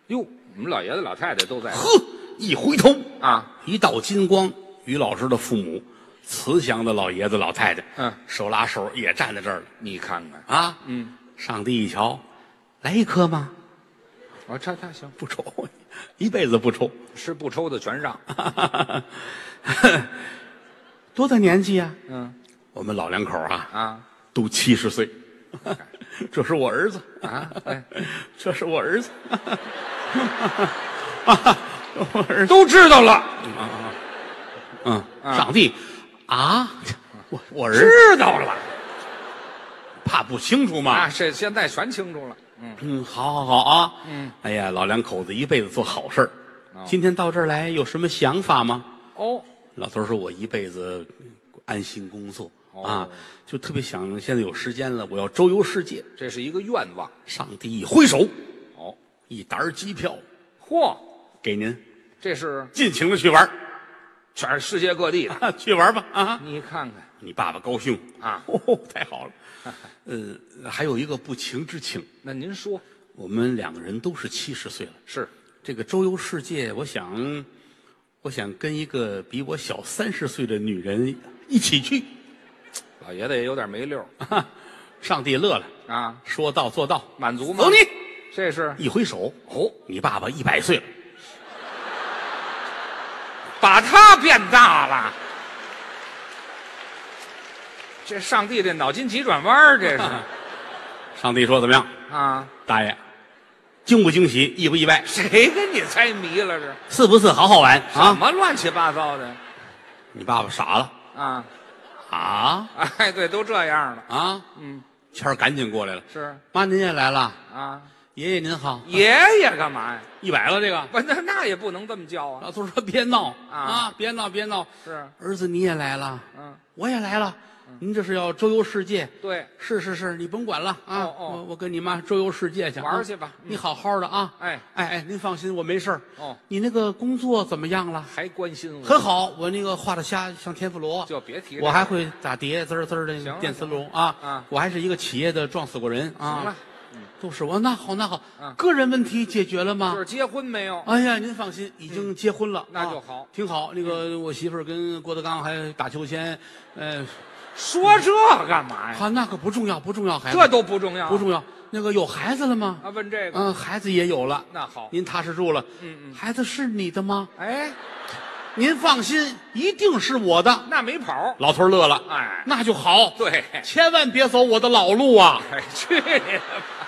[SPEAKER 3] 哟，我们老爷子老太太都在
[SPEAKER 2] 呵，一回头，
[SPEAKER 3] 啊，
[SPEAKER 2] 一道金光，于老师的父母，慈祥的老爷子老太太，
[SPEAKER 3] 嗯
[SPEAKER 2] 手拉手也站在这儿了
[SPEAKER 3] 你看看
[SPEAKER 2] 啊。
[SPEAKER 3] 嗯，
[SPEAKER 2] 上帝一瞧，来一颗吗？
[SPEAKER 3] 我这哦他行，
[SPEAKER 2] 不抽， 一辈子不抽。
[SPEAKER 3] 是不抽的全让。
[SPEAKER 2] 多大年纪呀、
[SPEAKER 3] 嗯
[SPEAKER 2] 我们老两口啊，
[SPEAKER 3] 啊
[SPEAKER 2] 都七十岁。 这是我儿子，
[SPEAKER 3] 啊，哎，
[SPEAKER 2] 这是我儿 子。 啊，我儿子，
[SPEAKER 3] 都知道了，
[SPEAKER 2] 嗯，上帝啊，我我儿子
[SPEAKER 3] 知道了
[SPEAKER 2] 怕不清楚嘛
[SPEAKER 3] 啊，。这现在全清楚了。嗯，
[SPEAKER 2] 嗯，好好好啊。
[SPEAKER 3] 嗯，
[SPEAKER 2] 哎呀，老两口子一辈子做好事儿
[SPEAKER 3] 哦。
[SPEAKER 2] 今天到这儿来有什么想法吗？
[SPEAKER 3] 哦，
[SPEAKER 2] 老头儿说：“我一辈子安心工作、
[SPEAKER 3] 哦
[SPEAKER 2] 啊，就特别想现在有时间了，我要周游世界。
[SPEAKER 3] 这是一个愿望。”
[SPEAKER 2] 上帝一挥手，
[SPEAKER 3] 哦，
[SPEAKER 2] 一沓儿机票
[SPEAKER 3] 嚯，
[SPEAKER 2] 给您，
[SPEAKER 3] 这是
[SPEAKER 2] 尽情的去玩儿
[SPEAKER 3] 全是世界各地的。
[SPEAKER 2] 啊，去玩儿吧啊！
[SPEAKER 3] 你看看
[SPEAKER 2] 你爸爸高兴
[SPEAKER 3] 啊
[SPEAKER 2] 哦吼，太好 了。呃，还有一个不情之请，
[SPEAKER 3] 那您说
[SPEAKER 2] 我们两个人都是七十岁了，
[SPEAKER 3] 是？
[SPEAKER 2] 这个周游世界，我想，我想跟一个比我小三十岁的女人一起去。
[SPEAKER 3] 老爷子也有点没溜儿
[SPEAKER 2] 上帝乐了，
[SPEAKER 3] 啊，
[SPEAKER 2] 说到做到，
[SPEAKER 3] 满足吗？
[SPEAKER 2] 走你！
[SPEAKER 3] 这是
[SPEAKER 2] 一挥手，
[SPEAKER 3] 哦，
[SPEAKER 2] 你爸爸一百岁了，
[SPEAKER 3] 把他变大了。这上帝这脑筋急转弯儿，这 是
[SPEAKER 2] 上帝说怎么样？
[SPEAKER 3] 啊？
[SPEAKER 2] 大爷，惊不惊喜，意不意外，
[SPEAKER 3] 谁跟你猜谜了这？
[SPEAKER 2] 是不是好好玩
[SPEAKER 3] 什
[SPEAKER 2] 啊？
[SPEAKER 3] 么乱七八糟的
[SPEAKER 2] 你爸爸傻了
[SPEAKER 3] 啊？
[SPEAKER 2] 啊
[SPEAKER 3] 哎，对，都这样了。
[SPEAKER 2] 啊！
[SPEAKER 3] 嗯，
[SPEAKER 2] 谦儿赶紧过来了，
[SPEAKER 3] 是
[SPEAKER 2] 妈您也来了，
[SPEAKER 3] 啊。
[SPEAKER 2] 爷爷您好，
[SPEAKER 3] 爷爷干嘛呀？
[SPEAKER 2] 一百了这个。
[SPEAKER 3] 不，那那也不能这么叫啊。
[SPEAKER 2] 老头说别闹
[SPEAKER 3] 啊
[SPEAKER 2] 啊，别闹别闹，
[SPEAKER 3] 是，
[SPEAKER 2] 儿子你也来了，
[SPEAKER 3] 嗯，
[SPEAKER 2] 我也来了，您这是要周游世界？
[SPEAKER 3] 对，
[SPEAKER 2] 是是是，你甭管了啊，
[SPEAKER 3] 哦哦
[SPEAKER 2] 我我跟你妈周游世界去啊
[SPEAKER 3] 玩儿去吧嗯
[SPEAKER 2] 你好好的啊，
[SPEAKER 3] 哎
[SPEAKER 2] 哎哎，您放心，我没事儿。
[SPEAKER 3] 哦
[SPEAKER 2] 你那个工作怎么样了？
[SPEAKER 3] 还关心我，
[SPEAKER 2] 很好，我那个画的虾像天妇罗，
[SPEAKER 3] 就别提这个
[SPEAKER 2] 我还会打碟滋儿滋儿的那
[SPEAKER 3] 行
[SPEAKER 2] 个
[SPEAKER 3] 了
[SPEAKER 2] 电磁炉啊
[SPEAKER 3] 啊
[SPEAKER 2] 我还是一个企业的撞死过人啊，
[SPEAKER 3] 行了，
[SPEAKER 2] 都是我那好那好
[SPEAKER 3] 嗯，
[SPEAKER 2] 个人问题解决了吗
[SPEAKER 3] 就是？结婚没有？
[SPEAKER 2] 哎呀，您放心，已经结婚了，
[SPEAKER 3] 嗯那
[SPEAKER 2] 啊
[SPEAKER 3] 就好嗯
[SPEAKER 2] 挺好。那个我媳妇儿跟郭德纲还打秋千，呃，
[SPEAKER 3] 说这干嘛呀？
[SPEAKER 2] 啊，那个不重要，不重要，孩子，
[SPEAKER 3] 哎这都不重要，
[SPEAKER 2] 不重要。那个有孩子了吗？
[SPEAKER 3] 啊。问这个，
[SPEAKER 2] 嗯，孩子也有了，
[SPEAKER 3] 那好
[SPEAKER 2] 您踏实住了。
[SPEAKER 3] 嗯嗯
[SPEAKER 2] 孩子是你的吗？
[SPEAKER 3] 哎，
[SPEAKER 2] 您放心，一定是我的。
[SPEAKER 3] 那没跑，
[SPEAKER 2] 老头儿乐了，
[SPEAKER 3] 哎
[SPEAKER 2] 那就好，
[SPEAKER 3] 对
[SPEAKER 2] 千万别走我的老路啊！
[SPEAKER 3] 哎，去你的吧！